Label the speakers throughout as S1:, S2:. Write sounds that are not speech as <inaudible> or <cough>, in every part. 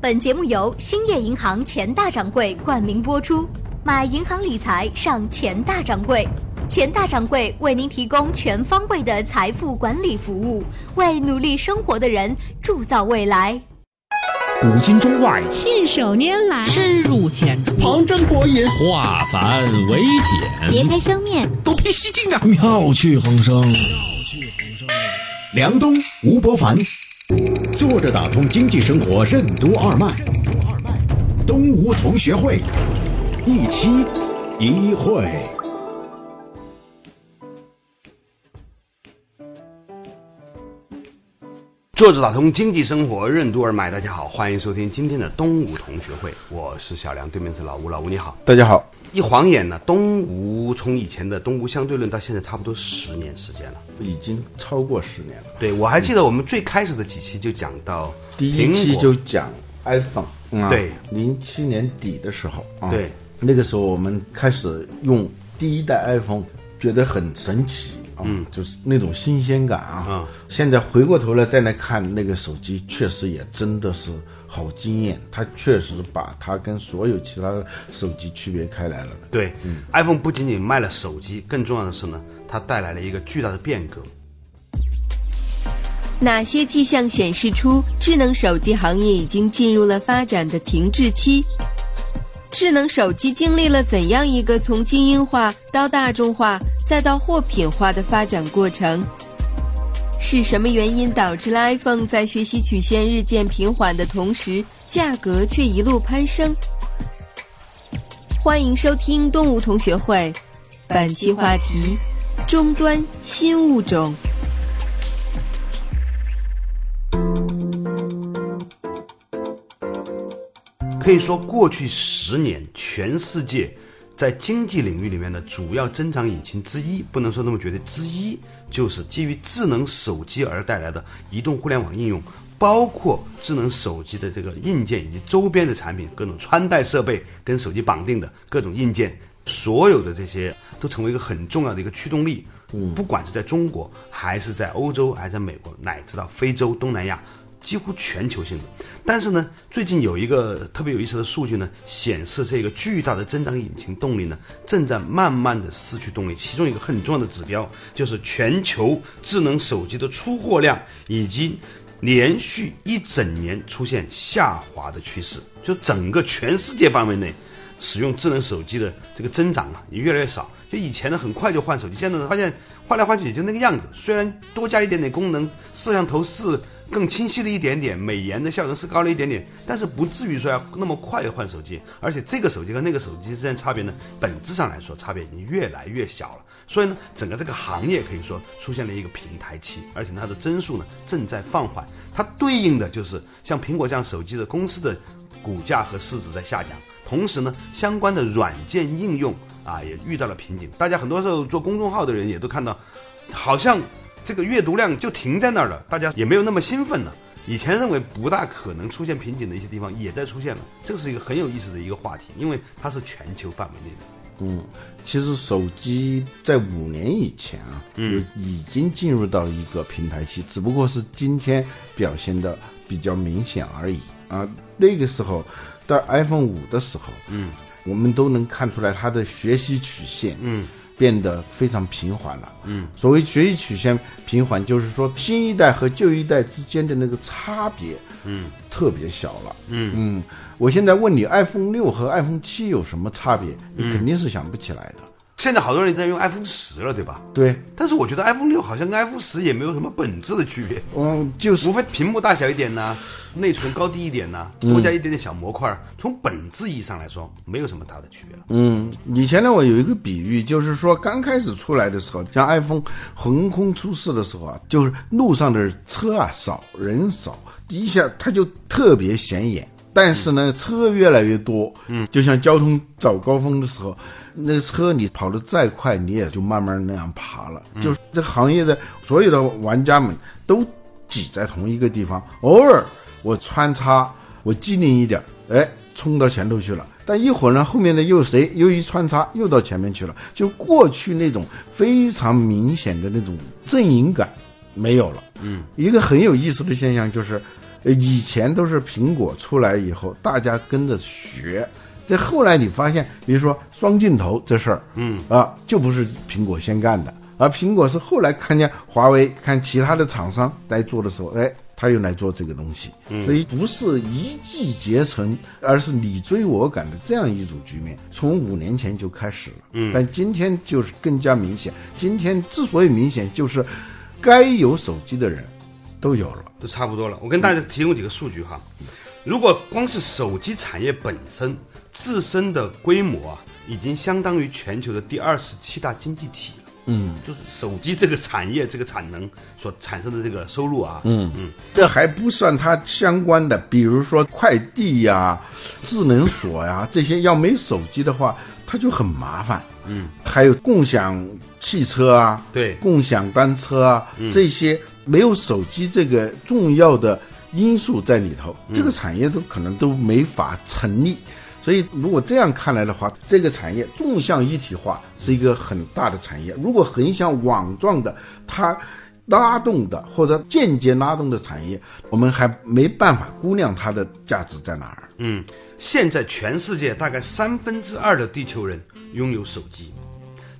S1: 本节目由兴业银行钱大掌柜冠名播出，买银行理财上钱大掌柜。钱大掌柜为您提供全方位的财富管理服务，为努力生活的人铸造未来。
S2: 古今中外，
S3: 信手拈来，
S4: 深入浅出，
S5: 旁征博引，
S2: 化繁为简，
S6: 别开生面，
S2: 独辟蹊径啊！
S7: 妙趣横生，妙
S5: 趣横生。梁冬、吴伯凡，坐着打通经济生活任督二脉，东吴同学会，一期一会。
S8: 坐着打通经济生活任督二脉，大家好，欢迎收听今天的东吴同学会，我是小梁，对面是老吴，老吴你好，
S9: 大家好。
S8: 一晃眼呢，东吴从以前的东吴相对论到现在差不多十年时间了，
S9: 已经超过十年了。
S8: 对，我还记得我们最开始的几期就讲到，
S9: 第一期就讲 iPhone，、嗯啊、
S8: 对，
S9: 零七年底的时候啊，
S8: 对，
S9: 那个时候我们开始用第一代 iPhone，觉得很神奇。嗯，就是那种新鲜感啊！嗯、现在回过头来再来看那个手机，确实也真的是好惊艳，它确实把它跟所有其他手机区别开来了。
S8: 对、嗯、，iPhone 不仅仅卖了手机，更重要的是呢，它带来了一个巨大的变革。
S10: 哪些迹象显示出智能手机行业已经进入了发展的停滞期？智能手机经历了怎样一个从精英化到大众化，再到货品化的发展过程？是什么原因导致了 iPhone 在学习曲线日渐平缓的同时，价格却一路攀升？欢迎收听东吴同学会，本期话题：终端新物种。
S8: 可以说，过去十年，全世界在经济领域里面的主要增长引擎之一，不能说那么绝对之一，就是基于智能手机而带来的移动互联网应用，包括智能手机的这个硬件以及周边的产品，各种穿戴设备跟手机绑定的各种硬件，所有的这些都成为一个很重要的一个驱动力。嗯，不管是在中国，还是在欧洲，还是在美国，乃至到非洲、东南亚。几乎全球性的，但是呢，最近有一个特别有意思的数据呢，显示这个巨大的增长引擎动力呢，正在慢慢的失去动力。其中一个很重要的指标就是全球智能手机的出货量已经连续一整年出现下滑的趋势，就整个全世界范围内，使用智能手机的这个增长啊也越来越少。就以前呢，很快就换手机，现在呢发现换来换去也就那个样子，虽然多加一点点功能，摄像头是。更清晰了一点点，美颜的效能是高了一点点，但是不至于说要那么快的换手机，而且这个手机和那个手机之间差别呢，本质上来说差别已经越来越小了。所以呢，整个这个行业可以说出现了一个平台期，而且它的增速呢正在放缓，它对应的就是像苹果这样手机的公司的股价和市值在下降，同时呢，相关的软件应用啊也遇到了瓶颈。大家很多时候做公众号的人也都看到，好像。这个阅读量就停在那儿了，大家也没有那么兴奋了。以前认为不大可能出现瓶颈的一些地方，也在出现了。这是一个很有意思的一个话题，因为它是全球范围内的。
S9: 嗯，其实手机在五年以前啊，嗯，已经进入到一个平台期，只不过是今天表现的比较明显而已啊。那个时候，到 iPhone 五的时候，嗯，我们都能看出来它的学习曲线，嗯。变得非常平缓了。嗯，所谓学习曲线平缓，就是说新一代和旧一代之间的那个差别，嗯，特别小了。嗯嗯，我现在问你，iPhone 六和 iPhone 七有什么差别？你肯定是想不起来的。
S8: 现在好多人在用 iPhone 十了，对吧？
S9: 对。
S8: 但是我觉得 iPhone 六好像跟 iPhone 十也没有什么本质的区别。
S9: 嗯，就是
S8: 无非屏幕大小一点呐、啊，内存高低一点呐、啊，多加一点点小模块。嗯、从本质意义上来说，没有什么大的区别了。
S9: 嗯，以前呢，我有一个比喻，就是说刚开始出来的时候，像 iPhone 横空出世的时候啊，就是路上的车啊少，人少，一下它就特别显眼。但是呢，车越来越多，嗯，就像交通早高峰的时候，那车你跑得再快，你也就慢慢那样爬了。嗯、就是这行业的所有的玩家们都挤在同一个地方，偶尔我穿插，我机灵一点，哎，冲到前头去了。但一会儿呢，后面的又谁又一穿插，又到前面去了。就过去那种非常明显的那种阵营感没有了。嗯，一个很有意思的现象就是。呃以前都是苹果出来以后，大家跟着学。这后来你发现，比如说双镜头这事儿，嗯啊，就不是苹果先干的，而苹果是后来看见华为、看其他的厂商来做的时候，哎，他又来做这个东西，所以不是一骑结成，而是你追我赶的这样一种局面，从五年前就开始了。嗯，但今天就是更加明显。今天之所以明显，就是该有手机的人都有了。
S8: 都差不多了。我跟大家提供几个数据哈，如果光是手机产业本身自身的规模啊，已经相当于全球的第二十七大经济体了。嗯，就是手机这个产业这个产能所产生的这个收入啊，嗯嗯，
S9: 这还不算它相关的，比如说快递呀、智能锁呀、这些，要没手机的话，它就很麻烦。嗯，还有共享汽车啊，
S8: 对嗯
S9: 共享单车啊，这些没有手机这个重要的因素在里头，
S8: 嗯
S9: 这个产业都可能都没法成立。所以，如果这样看来的话，这个产业纵向一体化是一个很大的产业。如果横向网状的，它拉动的或者间接拉动的产业，我们还没办法估量它的价值在哪儿。
S8: 嗯，现在全世界大概三分之二的地球人拥有手机，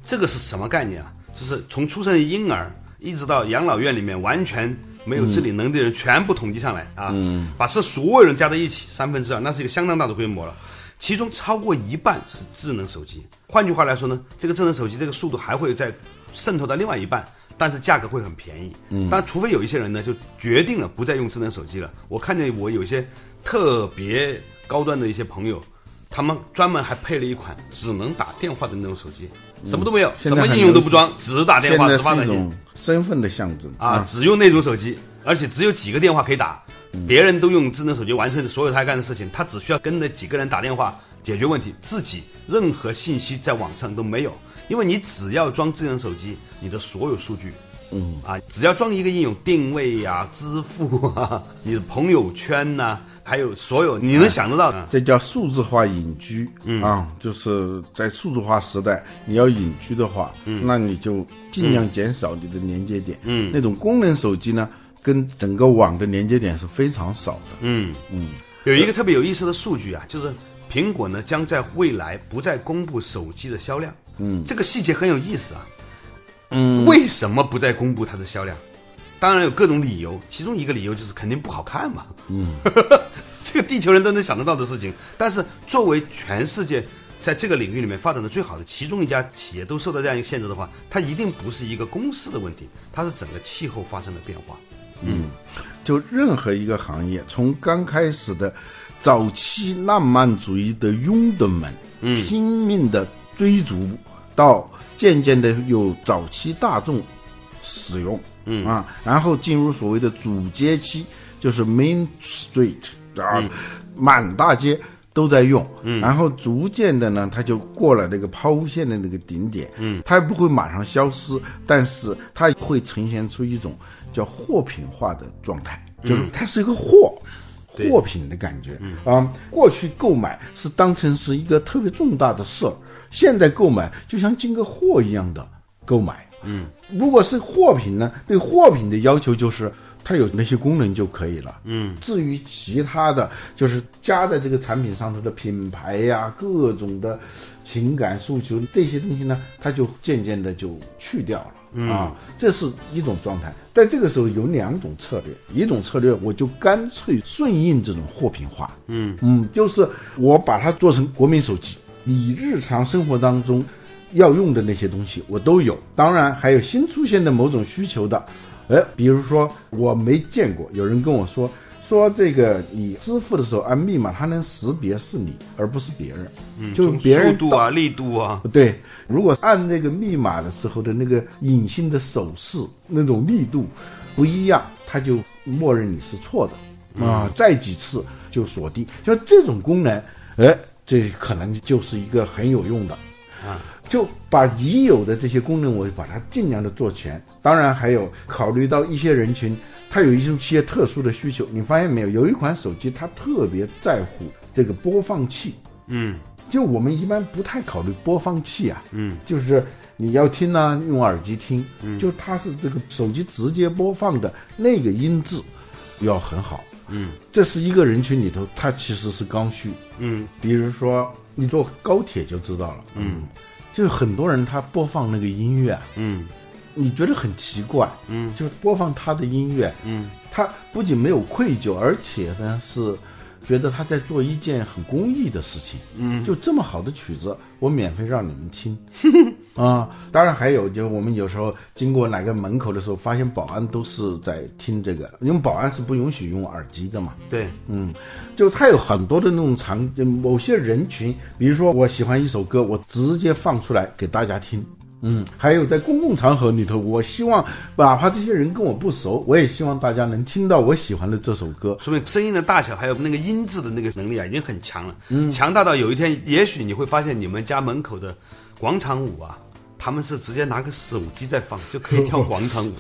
S8: 这个是什么概念啊？就是从出生的婴儿一直到养老院里面完全没有自理能力的人全部统计上来啊，把这所有人加在一起，三分之二，那是一个相当大的规模了。其中超过一半是智能手机，换句话来说呢，这个智能手机这个速度还会再渗透到另外一半，但是价格会很便宜。嗯，但除非有一些人呢，就决定了不再用智能手机了。我看见我有一些特别高端的一些朋友，他们专门还配了一款只能打电话的那种手机，什么都没有，
S9: 嗯现
S8: 什
S9: 在
S8: 么
S9: 很
S8: 应用都不
S9: 流行
S8: 装，只打电
S9: 现
S8: 话，
S9: 在
S8: 只发
S9: 是
S8: 短
S9: 一
S8: 信。
S9: 种嗯身份的象征
S8: 啊，只用那种手机，而且只有几个电话可以打，
S9: 嗯
S8: 别人都用智能手机完成所有他干的事情，他只需要跟那几个人打电话解决问题，自己任何信息在网上都没有，因为你只要装智能手机，你的所有数据。嗯啊，只要装一个应用，定位呀、支付啊、 <laughs> 你的朋友圈呐、还有所有你
S9: 哎
S8: 能想得到的，
S9: 这叫数字化隐居、啊，就是在数字化时代，你要隐居的话，那你就尽量减少你的连接点。嗯，那种功能手机呢，跟整个网的连接点是非常少的。
S8: 嗯，嗯，有一个特别有意思的数据啊，就是苹果呢将在未来不再公布手机的销量。嗯，这个细节很有意思啊。嗯，为什么不再公布它的销量？当然有各种理由，其中一个理由就是肯定不好看嘛。嗯， <laughs> 这个地球人都能想得到的事情，但是作为全世界在这个领域里面发展的最好的其中一家企业都受到这样一个限制的话，它一定不是一个公司的问题，它是整个气候发生的变化。
S9: 就任何一个行业，从刚开始的早期浪漫主义的拥趸们，嗯，拼命的追逐，到渐渐的有早期大众使用，嗯啊，然后进入所谓的主街期，就是 Main Street 啊，满大街。都在用，嗯，然后逐渐的呢，它就过了那个抛物线的那个顶点，嗯，它不会马上消失，但是它会呈现出一种叫货品化的状态，就是它是一个货。货品的感觉啊、过去购买是当成是一个特别重大的事儿，现在购买就像进个货一样的购买。嗯，如果是货品呢，对货品的要求就是它有那些功能就可以了。嗯，至于其他的，就是加在这个产品上头的品牌呀、各种的情感诉求这些东西呢，它就渐渐的就去掉了。啊，这是一种状态。在这个时候有两种策略，一种策略我就干脆顺应这种货品化，嗯嗯，就是我把它做成国民手机，你日常生活当中要用的那些东西我都有，当然还有新出现的某种需求的，哎，比如说我没见过有人跟我说说这个你支付的时候按密码，它能识别是你而不是别人，嗯，就是别人
S8: 速度
S9: 到
S8: 啊、力度啊，
S9: 对，如果按那个密码的时候的那个隐性的手势那种力度不一样，它就默认你是错的啊、再几次就锁定，就这种功能，哎，这可能就是一个很有用的啊。就把已有的这些功能，我把它尽量的做全。当然还有考虑到一些人群，他有一些些特殊的需求。你发现没有？有一款手机，它特别在乎这个播放器。
S8: 嗯
S9: 就我们一般不太考虑播放器啊，嗯，就是你要听呢、用耳机听，嗯，就它是这个手机直接播放的那个音质要很好，嗯，这是一个人群里头，它其实是刚需。
S8: 嗯，
S9: 比如说你坐高铁就知道了。嗯，就是很多人他播放那个音乐，
S8: 嗯，
S9: 你觉得很奇怪。嗯，就是播放他的音乐。嗯，他不仅没有愧疚，而且呢是觉得他在做一件很公益的事情。嗯，就这么好的曲子，我免费让你们 <laughs> 听。啊、当然还有，就是我们有时候经过哪个门口的时候，发现保安都是在听这个，因为保安是不允许用耳机的嘛。
S8: 对，
S9: 嗯，就它有很多的那种场，某些人群，比如说我喜欢一首歌，我直接放出来给大家听。嗯，还有在公共场合里头，我希望哪怕这些人跟我不熟，我也希望大家能听到我喜欢的这首歌。
S8: 说明声音的大小还有那个音质的那个能力啊，已经很强了，强大到有一天，也许你会发现你们家门口的广场舞啊。他们是直接拿个手机在放，就可以跳广场舞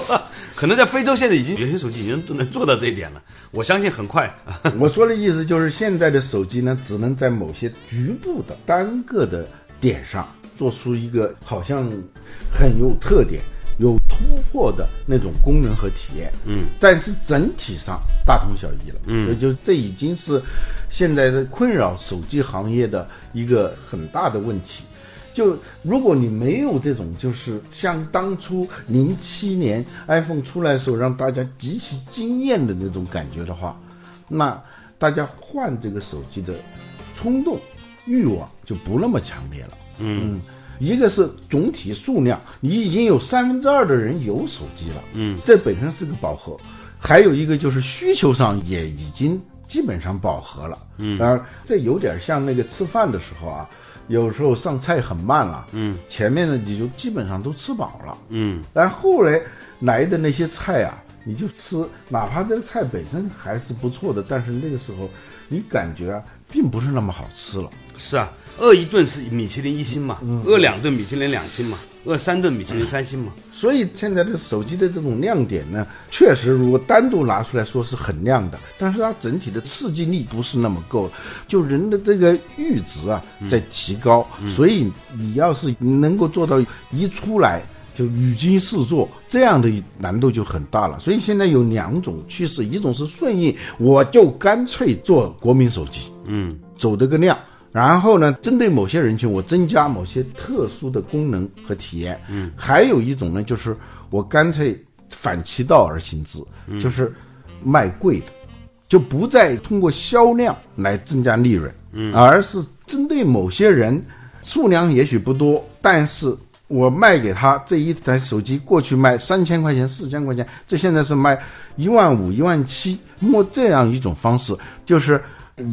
S8: 了。可能在非洲现在已经有些手机已经都能做到这一点了。我相信很快，啊
S9: 我说的意思就是，现在的手机呢，只能在某些局部的单个的点上做出一个好像很有特点、有突破的那种功能和体验。嗯，但是整体上大同小异了。嗯，也就这已经是现在的困扰手机行业的一个很大的问题。就如果你没有这种，就是像当初零七年 iPhone 出来的时候，让大家极其惊艳的那种感觉的话，那大家换这个手机的冲动、欲望就不那么强烈了。嗯，一个是总体数量，你已经有三分之二的人有手机了。嗯，这本身是个饱和，还有一个就是需求上也已经基本上饱和了。嗯，然这有点像那个吃饭的时候啊。有时候上菜很慢了，嗯，前面呢你就基本上都吃饱了，
S8: 嗯，
S9: 但后来来的那些菜啊，你就吃，哪怕这个菜本身还是不错的，但是那个时候你感觉啊，并不是那么好吃了。
S8: 是啊，饿一顿是米其林一星嘛，饿两顿米其林两星嘛，饿三顿米其林三星嘛。
S9: 所以现在的手机的这种亮点呢，确实如果单独拿出来说是很亮的，但是它整体的刺激力不是那么够，就人的这个阈值啊在提高，所以你要是能够做到一出来。就语惊四座，这样的难度就很大了。所以现在有两种趋势，一种是顺应，我就干脆做国民手机，
S8: 嗯，
S9: 走这个量。然后呢，针对某些人群，我增加某些特殊的功能和体验。嗯，还有一种呢，就是我干脆反其道而行之，就是卖贵的，就不再通过销量来增加利润，嗯，而是针对某些人，数量也许不多，但是我卖给他这一台手机，过去卖三千块钱、四千块钱，这现在是卖一万五、一万七，通过这样一种方式，就是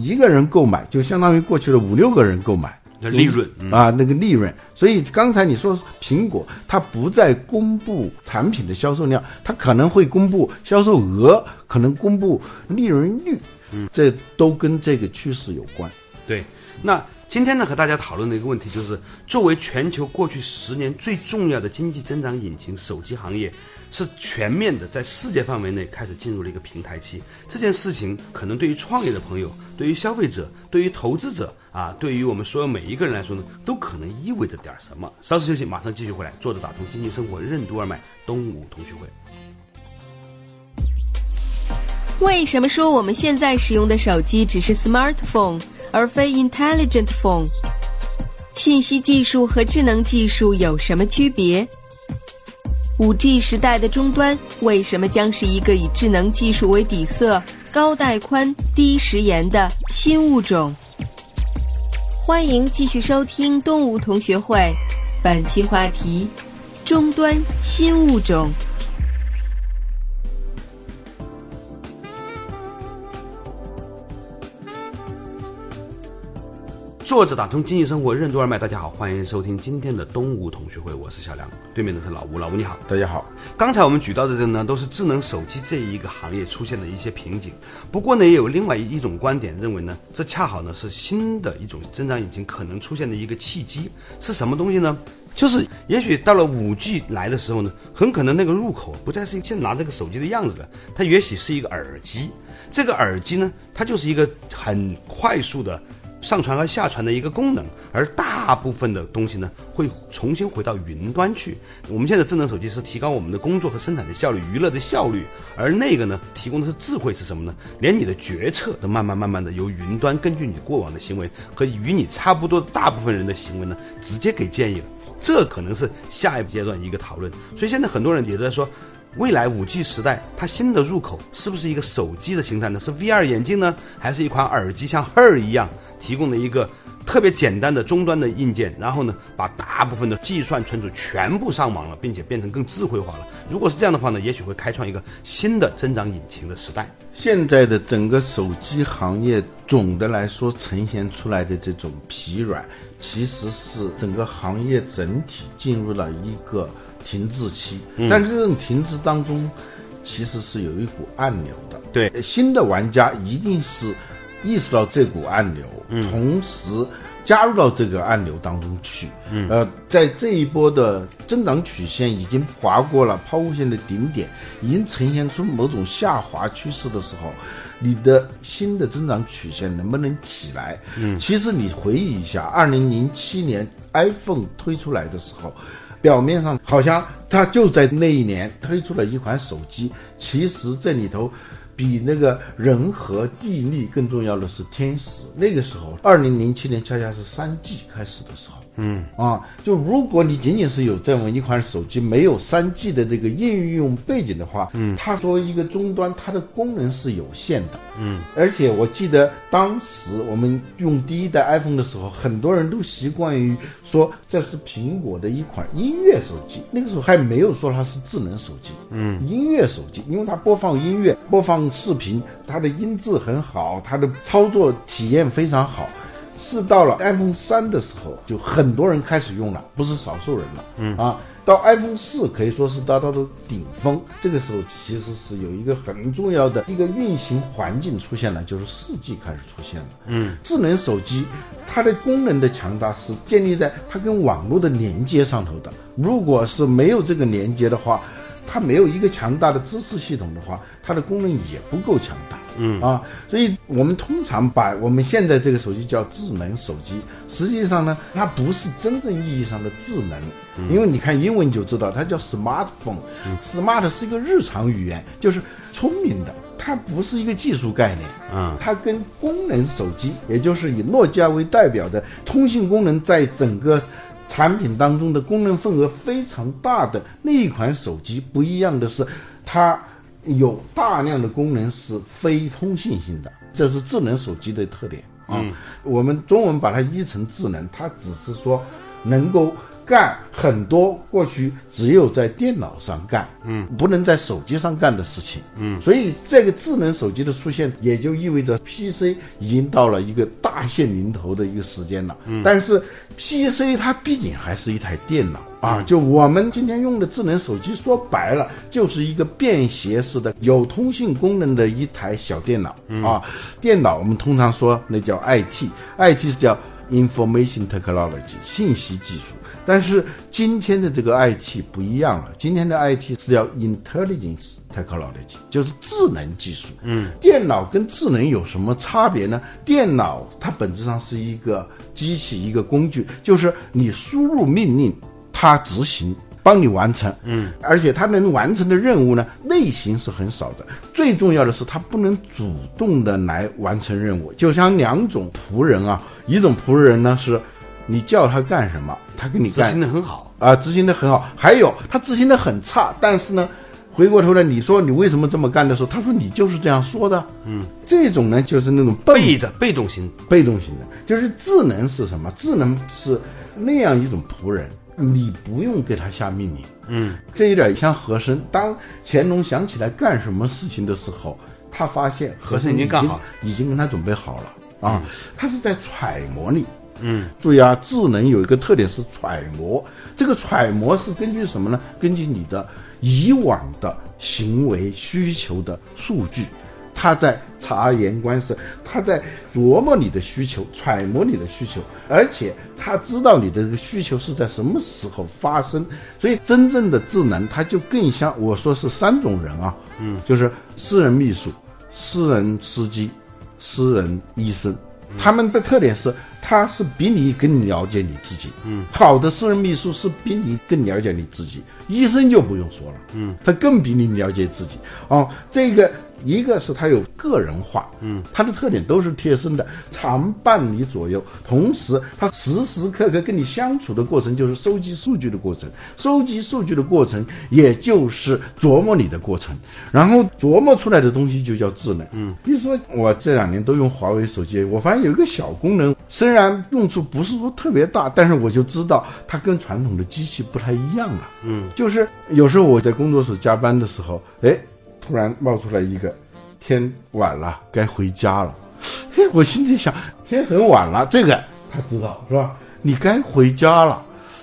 S9: 一个人购买，就相当于过去的五六个人购买。
S8: 那利润，
S9: 啊，那个利润。所以刚才你说苹果，它不再公布产品的销售量，它可能会公布销售额，可能公布利润率，这都跟这个趋势有关。
S8: 对，那今天呢和大家讨论的一个问题就是，作为全球过去十年最重要的经济增长引擎，手机行业是全面的在世界范围内开始进入了一个平台期。这件事情可能对于创业的朋友、对于消费者、对于投资者啊，对于我们所有每一个人来说呢，都可能意味着点儿什么。稍事休息，马上继续回来，坐着打通经济生活任督二脉，东吴同学会。
S10: 为什么说我们现在使用的手机只是 smartphone 而非 intelligent phone？信息技术和智能技术有什么区别？5G 时代的终端为什么将是一个以智能技术为底色、高带宽、低时延的新物种？欢迎继续收听东吴同学会，本期话题：终端新物种。
S8: 坐着打通经济生活任督二脉，大家好，欢迎收听今天的东吴同学会，我是小梁，对面的是老吴，老吴你好。
S9: 大家好，
S8: 刚才我们举到的这呢，都是智能手机这一个行业出现的一些瓶颈。不过呢，也有另外一种观点认为呢，这恰好呢是新的一种增长引擎可能出现的一个契机。是什么东西呢？就是也许到了五 G 来的时候呢，很可能那个入口不再是现在拿这个手机的样子了，它也许是一个耳机。这个耳机呢，它就是一个很快速的上传和下传的一个功能，而大部分的东西呢会重新回到云端去。我们现在智能手机是提高我们的工作和生产的效率、娱乐的效率，而那个呢提供的是智慧是什么呢？连你的决策都慢慢慢慢的由云端根据你过往的行为和与你差不多的大部分人的行为呢，直接给建议了。这可能是下一阶段一个讨论。所以现在很多人也在说，未来五 G 时代，它新的入口是不是一个手机的形态呢？是 VR 眼镜呢，还是一款耳机像 Her 一样提供了一个特别简单的终端的硬件，然后呢，把大部分的计算存储全部上网了，并且变成更智慧化了？如果是这样的话呢，也许会开创一个新的增长引擎的时代。
S9: 现在的整个手机行业总的来说呈现出来的这种疲软，其实是整个行业整体进入了一个停滞期。但是这种停滞当中，其实是有一股暗流的。
S8: 对
S9: 呃新的玩家一定是意识到这股暗流，同时加入到这个暗流当中去。呃，在这一波的增长曲线已经划过了抛物线的顶点，已经呈现出某种下滑趋势的时候，你的新的增长曲线能不能起来？嗯，其实你回忆一下，二零零七年 iPhone 推出来的时候。表面上好像它就在那一年推出了一款手机，其实这里头比那个人和地利更重要的是天时。那个时候，二零零七年恰恰是三 G 开始的时候。嗯啊，就如果你仅仅是有这么一款手机，没有三 G 的这个应用背景的话，嗯，它作为一个终端，它的功能是有限的。嗯，而且我记得当时我们用第一代 iPhone 的时候，很多人都习惯于说这是苹果的一款音乐手机，那个时候还没有说它是智能手机。嗯，音乐手机，因为它播放音乐、播放视频，它的音质很好，它的操作体验非常好。是到了 iPhone 三的时候，就很多人开始用了，不是少数人了。嗯啊，到 iPhone 四可以说是达到了顶峰。这个时候其实是有一个很重要的一个运行环境出现了，就是四 G 开始出现了。嗯，智能手机它的功能的强大是建立在它跟网络的连接上头的。如果是没有这个连接的话，它没有一个强大的支持系统的话，它的功能也不够强大。嗯啊，所以我们通常把我们现在这个手机叫智能手机，实际上呢，它不是真正意义上的智能，因为你看英文你就知道，它叫 smartphone、smart 是一个日常语言，就是聪明的，它不是一个技术概念。
S8: 嗯
S9: 它跟功能手机，也就是以诺基亚为代表的通信功能，在整个产品当中的功能份额非常大的那一款手机不一样的是，它有大量的功能是非通信性的，这是智能手机的特点啊。我们中文把它译成智能，它只是说能够。干很多过去只有在电脑上干，嗯，不能在手机上干的事情，嗯，所以这个智能手机的出现，也就意味着 PC 已经到了一个大限临头的一个时间了。嗯，但是 PC 它毕竟还是一台电脑啊，就我们今天用的智能手机，说白了就是一个便携式的有通信功能的一台小电脑、啊。电脑我们通常说那叫 IT，IT 是叫 Information Technology 信息技术。但是今天的这个 IT 不一样了，今天的 IT 是叫 intelligence technology，就是智能技术。嗯，电脑跟智能有什么差别呢？电脑它本质上是一个机器，一个工具，就是你输入命令，它执行。帮你完成，嗯，而且它能完成的任务呢，类型是很少的。最重要的是，它不能主动的来完成任务。就像两种仆人啊，一种仆人呢是，你叫他干什么，他给你
S8: 执
S9: 干
S8: 行的很好，
S9: 啊、执行的很好。还有他执行的很差，但是呢，回过头来你说你为什么这么干的时候，他说你就是这样说的。嗯，这种呢就是那种笨
S8: 被的被动型
S9: 被动型的，就是智能是什么？智能是那样一种仆人，你不用给他下命令。嗯，这一点像和珅，当乾隆想起来干什么事情的时候，他发现和
S8: 珅已经干好了嗯
S9: 已经跟他准备好了啊，他是在揣摩你。嗯，注意啊，智能有一个特点是揣摩，这个揣摩是根据什么呢？根据你的以往的行为需求的数据，他在察言观色，他在琢磨你的需求，揣摩你的需求，而且他知道你的这个需求是在什么时候发生，所以真正的智能，它就更像我说是三种人啊，嗯，就是私人秘书、私人司机、私人医生。他们的特点是，他是比你更了解你自己。嗯，好的私人秘书是比你更了解你自己，医生就不用说了。嗯，他更比你了解自己。哦，这个一个是他有个人化，嗯，他的特点都是贴身的，常伴你左右。同时，他时时刻刻跟你相处的过程就是收集数据的过程，收集数据的过程也就是琢磨你的过程，然后琢磨出来的东西就叫智能。嗯，比如说我这两年都用华为手机，我发现有一个小功能，虽然用处不是说特别大，但是我就知道它跟传统的机器不太一样了。嗯，就是有时候我在工作室加班的时候，哎，突然冒出来一个，天晚了，该回家了。嘿，我心里想，天很晚了，这个他知道是吧？你该回家了，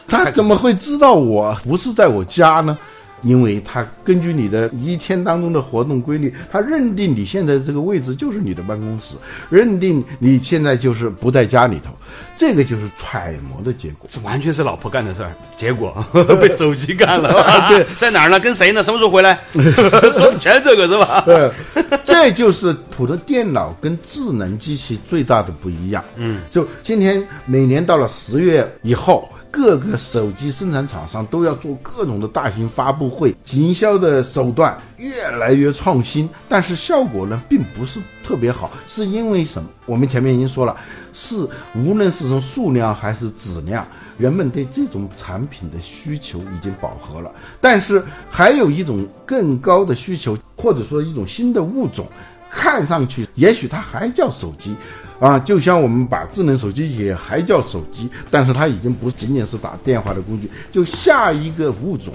S9: 他怎么会知道我不是在我家呢？因为他根据你的一天当中的活动规律，他认定你现在这个位置就是你的办公室，认定你现在就是不在家里头，这个就是揣摩的结果。
S8: 这完全是老婆干的事
S9: <laughs>
S8: 儿，结果 <laughs> 被手机干了。
S9: 啊对，
S8: <laughs> 在哪儿呢？跟谁呢？什么时候回
S9: <laughs>
S8: 来？说的全是这个是吧？
S9: 对， <laughs> 这就是普通电脑跟智能机器最大的不一样。嗯，就今天每年到了十月以后。各个手机生产厂商都要做各种的大型发布会，营销的手段越来越创新，但是效果呢并不是特别好，是因为什么？我们前面已经说了，是无论是从数量还是质量，人们对这种产品的需求已经饱和了。但是还有一种更高的需求，或者说一种新的物种，看上去也许它还叫手机，啊，就像我们把智能手机也还叫手机，但是它已经不仅仅是打电话的工具。就下一个物种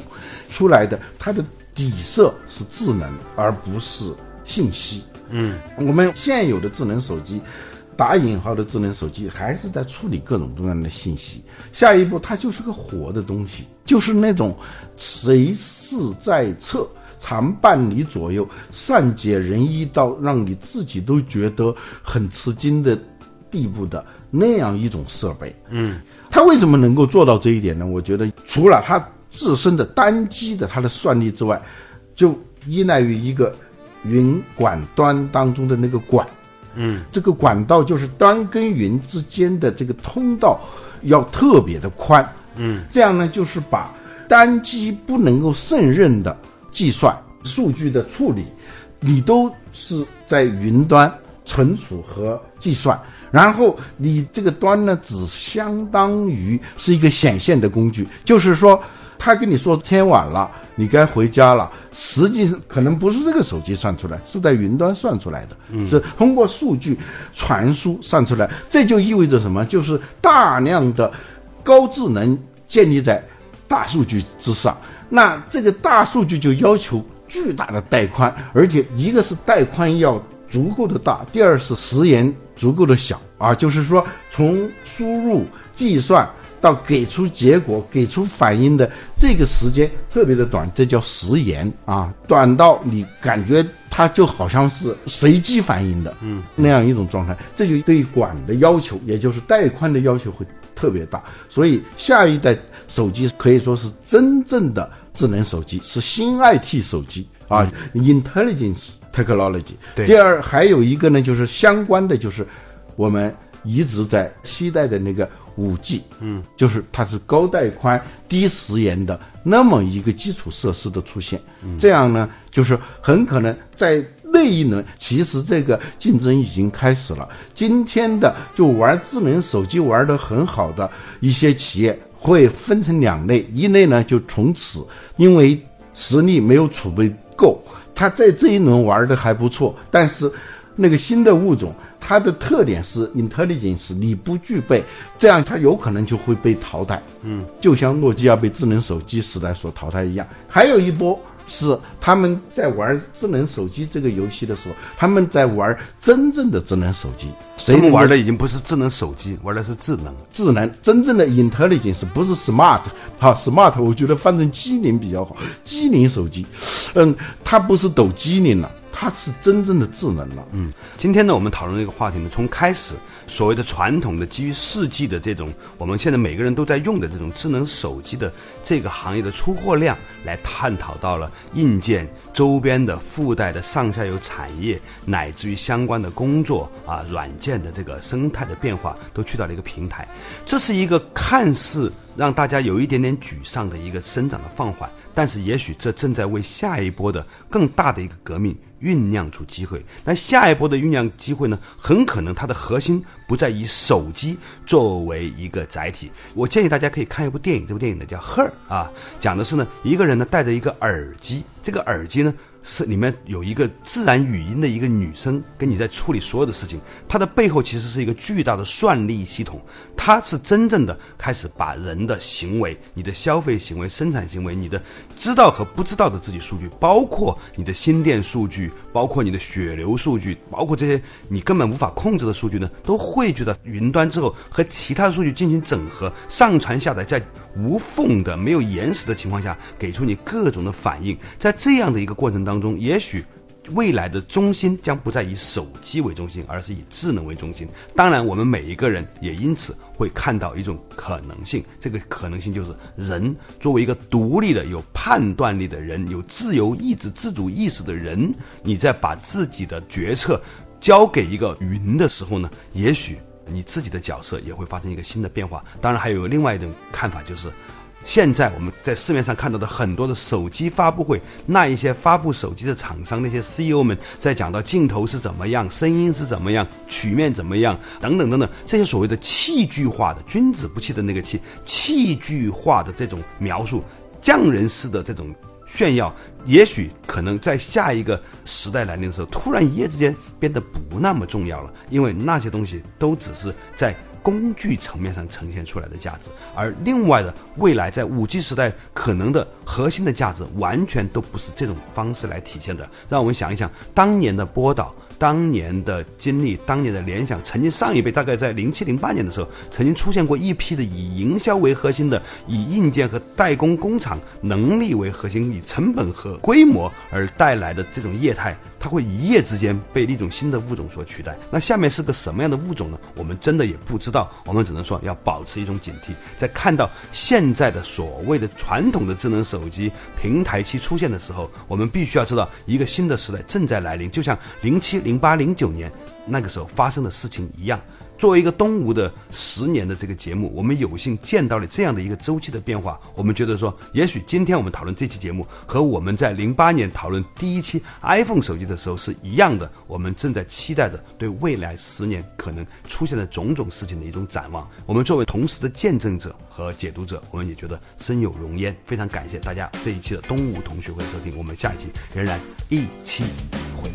S9: 出来的，它的底色是智能，而不是信息。嗯，我们现有的智能手机。打引号的智能手机还是在处理各种各样的信息，下一步它就是个活的东西，就是那种随事在侧，常伴你左右，善解人意到让你自己都觉得很吃惊的地步的那样一种设备。嗯，它为什么能够做到这一点呢？我觉得除了它自身的单机的它的算力之外，就依赖于一个云管端当中的那个管。嗯，这个管道就是端跟云之间的这个通道要特别的宽，嗯，这样呢就是把单机不能够胜任的计算数据的处理，你都是在云端存储和计算，然后你这个端呢只相当于是一个显现的工具，就是说。他跟你说天晚了，你该回家了。实际上可能不是这个手机算出来，是在云端算出来的，是通过数据传输算出来。这就意味着什么？就是大量的高智能建立在大数据之上。那这个大数据就要求巨大的带宽，而且一个是带宽要足够的大，第二是时延足够的小啊，就是说从输入计算。到给出结果、给出反应的这个时间特别的短，这叫时延啊，短到你感觉它就好像是随机反应的，嗯，那样一种状态，这就对管的要求，也就是带宽的要求会特别大。所以下一代手机可以说是真正的智能手机，是新 IT 手机啊、i n t e l l i g e n c e technology。
S8: 对
S9: 第二还有一个呢，就是相关的就是我们一直在期待的那个五 G，嗯，就是它是高带宽、低时延的那么一个基础设施的出现，这样呢，就是很可能在。那一轮其实这个竞争已经开始了。今天的就玩智能手机玩得很好的一些企业会分成两类，一类呢就从此因为实力没有储备够，他在这一轮玩的还不错，但是那个新的物种，它的特点是 intelligence 你不具备，这样它有可能就会被淘汰。嗯，就像诺基亚被智能手机时代所淘汰一样。还有一波是他们在玩智能手机这个游戏的时候，他们在玩真正的智能手机，谁
S8: 他们
S9: 能够
S8: 玩的已经不是智能手机，玩的是智能。
S9: 智能，真正的 intelligence 不是 smart，哈、s m a r t 我觉得翻成机灵比较好，机灵手机，嗯，它不是抖机灵了，它是真正的智能了。嗯，
S8: 今天呢，我们讨论这个话题呢，从开始所谓的传统的基于世纪的这种我们现在每个人都在用的这种智能手机的这个行业的出货量，来探讨到了硬件周边的附带的上下游产业，乃至于相关的工作啊软件的这个生态的变化，都去到了一个平台。这是一个看似让大家有一点点沮丧的一个生长的放缓，但是也许这正在为下一波的更大的一个革命酝酿出机会。那下一波的酝酿机会呢，很可能它的核心不再以手机作为一个载体。我建议大家可以看一部电影，这部电影呢叫《Her》啊，讲的是呢一个人呢戴着一个耳机，这个耳机呢是里面有一个自然语音的一个女生跟你在处理所有的事情，它的背后其实是一个巨大的算力系统，它是真正的开始把人的行为、你的消费行为、生产行为、你的知道和不知道的自己数据，包括你的心电数据，包括你的血流数据，包括这些你根本无法控制的数据呢，都汇聚到云端之后，和其他数据进行整合、上传、下载，在无缝的、没有延时的情况下，给出你各种的反应。在这样的一个过程当中，也许。未来的中心将不再以手机为中心，而是以智能为中心。当然，我们每一个人也因此会看到一种可能性，这个可能性就是人作为一个独立的、有判断力的人、有自由意志、自主意识的人，你在把自己的决策交给一个云的时候呢，也许你自己的角色也会发生一个新的变化。当然，还有另外一种看法就是。现在我们在市面上看到的很多的手机发布会，那一些发布手机的厂商那些 CEO 们在讲到镜头是怎么样、声音是怎么样、曲面怎么样等等等等这些所谓的器具化的“君子不器”的那个器，器具化的这种描述，匠人式的这种炫耀，也许可能在下一个时代来临的时候，突然一夜之间变得不那么重要了，因为那些东西都只是在工具层面上呈现出来的价值，而另外的未来在 5G 时代可能的核心的价值，完全都不是这种方式来体现的。让我们想一想当年的波导。当年的经历，当年的联想，曾经上一辈大概在零七零八年的时候，曾经出现过一批的以营销为核心的，以硬件和代工工厂能力为核心，以成本和规模而带来的这种业态，它会一夜之间被一种新的物种所取代。那下面是个什么样的物种呢？我们真的也不知道，我们只能说要保持一种警惕。在看到现在的所谓的传统的智能手机平台期出现的时候，我们必须要知道一个新的时代正在来临，就像零七。零八零九年那个时候发生的事情一样。作为一个东吴的十年的这个节目，我们有幸见到了这样的一个周期的变化。我们觉得说，也许今天我们讨论这期节目和我们在零八年讨论第一期 iPhone 手机的时候是一样的。我们正在期待着对未来十年可能出现的种种事情的一种展望。我们作为同时的见证者和解读者，我们也觉得深有荣焉。非常感谢大家这一期的东吴同学会的收听，我们下一期仍然一期一会。